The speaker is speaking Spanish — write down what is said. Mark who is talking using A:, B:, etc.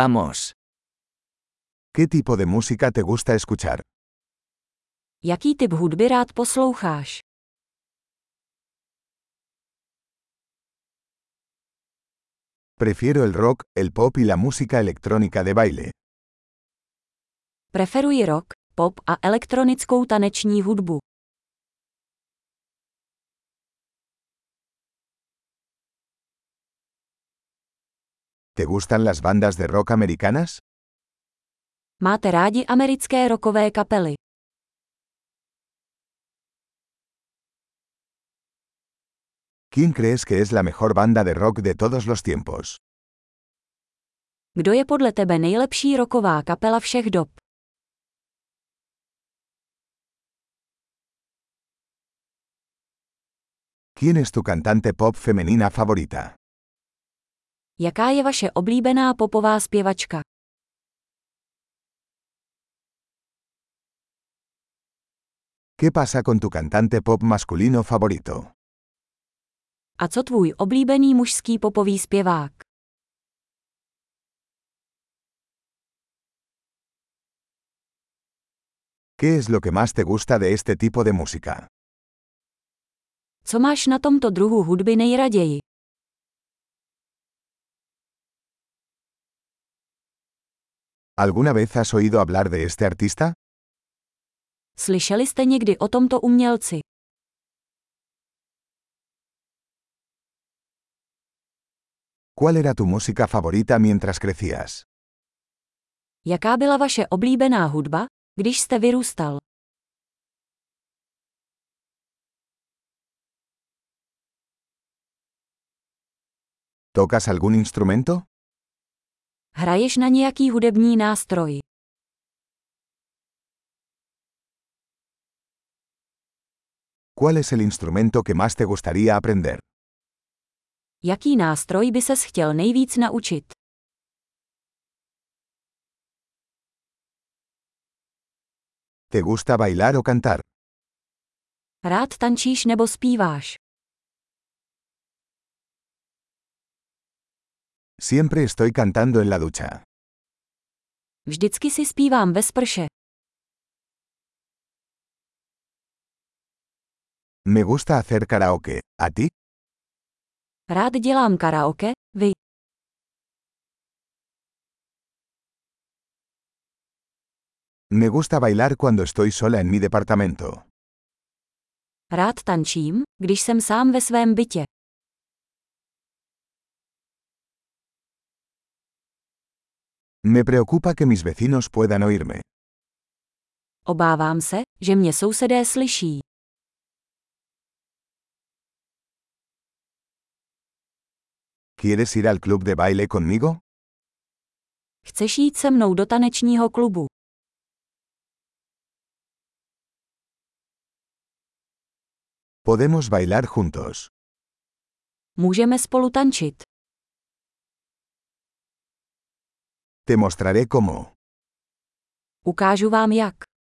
A: Vamos.
B: ¿Qué tipo de música te gusta escuchar?
C: Jaký typ hudby rád posloucháš?
B: Prefiero el rock, el pop y la música electrónica de baile.
C: Preferuji rock, pop a elektronickou taneční hudbu.
B: ¿Te gustan las bandas de rock americanas?
C: Máte rádi americké rockové kapely?
B: ¿Quién crees que es la mejor banda de rock de todos los tiempos?
C: Kdo je podle tebe nejlepší roková kapela všech dob?
B: ¿Quién es tu cantante pop femenina favorita?
C: Jaká je vaše oblíbená popová zpěvačka?
B: ¿Qué pasa con tu cantante pop masculino favorito?
C: A co tvůj oblíbený mužský popový zpěvák?
B: ¿Qué es lo que más te gusta de este tipo de música?
C: Co máš na tomto druhu hudby nejraději?
B: ¿Alguna vez has oído hablar de este artista?
C: Slyšeli jste někdy o tomto umělci?
B: ¿Cuál era tu música favorita mientras crecías?
C: Jaká byla vaše oblíbená hudba, když jste vyrůstal?
B: ¿Tocas algún instrumento?
C: Hraješ na nějaký hudební nástroj?
B: ¿Cuál es el instrumento que más te gustaría aprender?
C: Jaký nástroj by ses chtěl nejvíc naučit?
B: ¿Te gusta bailar o cantar?
C: Rád tančíš nebo zpíváš?
B: Siempre estoy cantando en la ducha.
C: Vždycky si zpívám ve sprše.
B: Me gusta hacer karaoke. ¿A ti?
C: Rád dělám karaoke, vy.
B: Me gusta bailar cuando estoy sola en mi departamento.
C: Rád tančím, když jsem sám ve svém bytě.
B: Me preocupa que mis vecinos puedan oírme.
C: Obávám se, že mě sousedé slyší.
B: ¿Quieres ir al club de baile conmigo?
C: Chceš jít se mnou do tanečního klubu?
B: Podemos bailar juntos.
C: Můžeme spolu tančit.
B: Te mostraré cómo.
C: Ukážu vám jak.